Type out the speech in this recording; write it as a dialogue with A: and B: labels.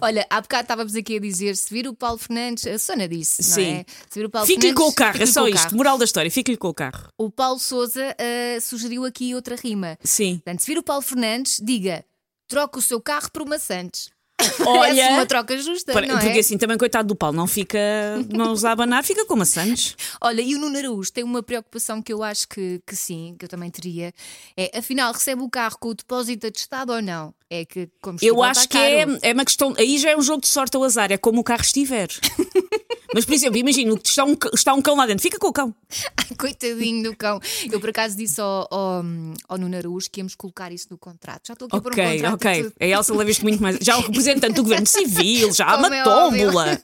A: Olha, há bocado estávamos aqui a dizer: se vir o Paulo Fernandes, a Sona disse,
B: Sim.
A: não é? Se vir o Paulo
B: Fique-lhe
A: Fernandes,
B: com o carro, é
A: fique-lhe
B: só
A: com o
B: isto.
A: carro.
B: Moral da história, fique-lhe com o carro.
A: O Paulo Souza eh, sugeriu aqui outra rima.
B: Sim.
A: Portanto, se vir o Paulo Fernandes, diga: troca o seu carro por maçantes. Parece
B: Olha.
A: é uma troca justa,
B: para-
A: não é?
B: porque assim também, coitado do Paulo, não fica, não os a abanar, fica com maçãs.
A: Olha, e o Nuno Araújo tem uma preocupação que eu acho que, que sim, que eu também teria. É, afinal, recebe o carro com o depósito atestado ou não? É que, como
B: Eu acho que é, é uma questão. Aí já é um jogo de sorte ou azar, é como o carro estiver. Mas, por exemplo, imagino que está um, c- está um cão lá dentro, fica com o cão.
A: Coitadinho do cão. Eu, por acaso, disse ao, ao, ao Nuno Araújo que íamos colocar isso no contrato. Já estou aqui por um
B: Ok,
A: contrato. e
B: ok.
A: tudo.
B: A Elsa leva isto muito mais. Já é o representante do governo civil, já há
A: Como
B: uma
A: é óbvio.
B: tómbola.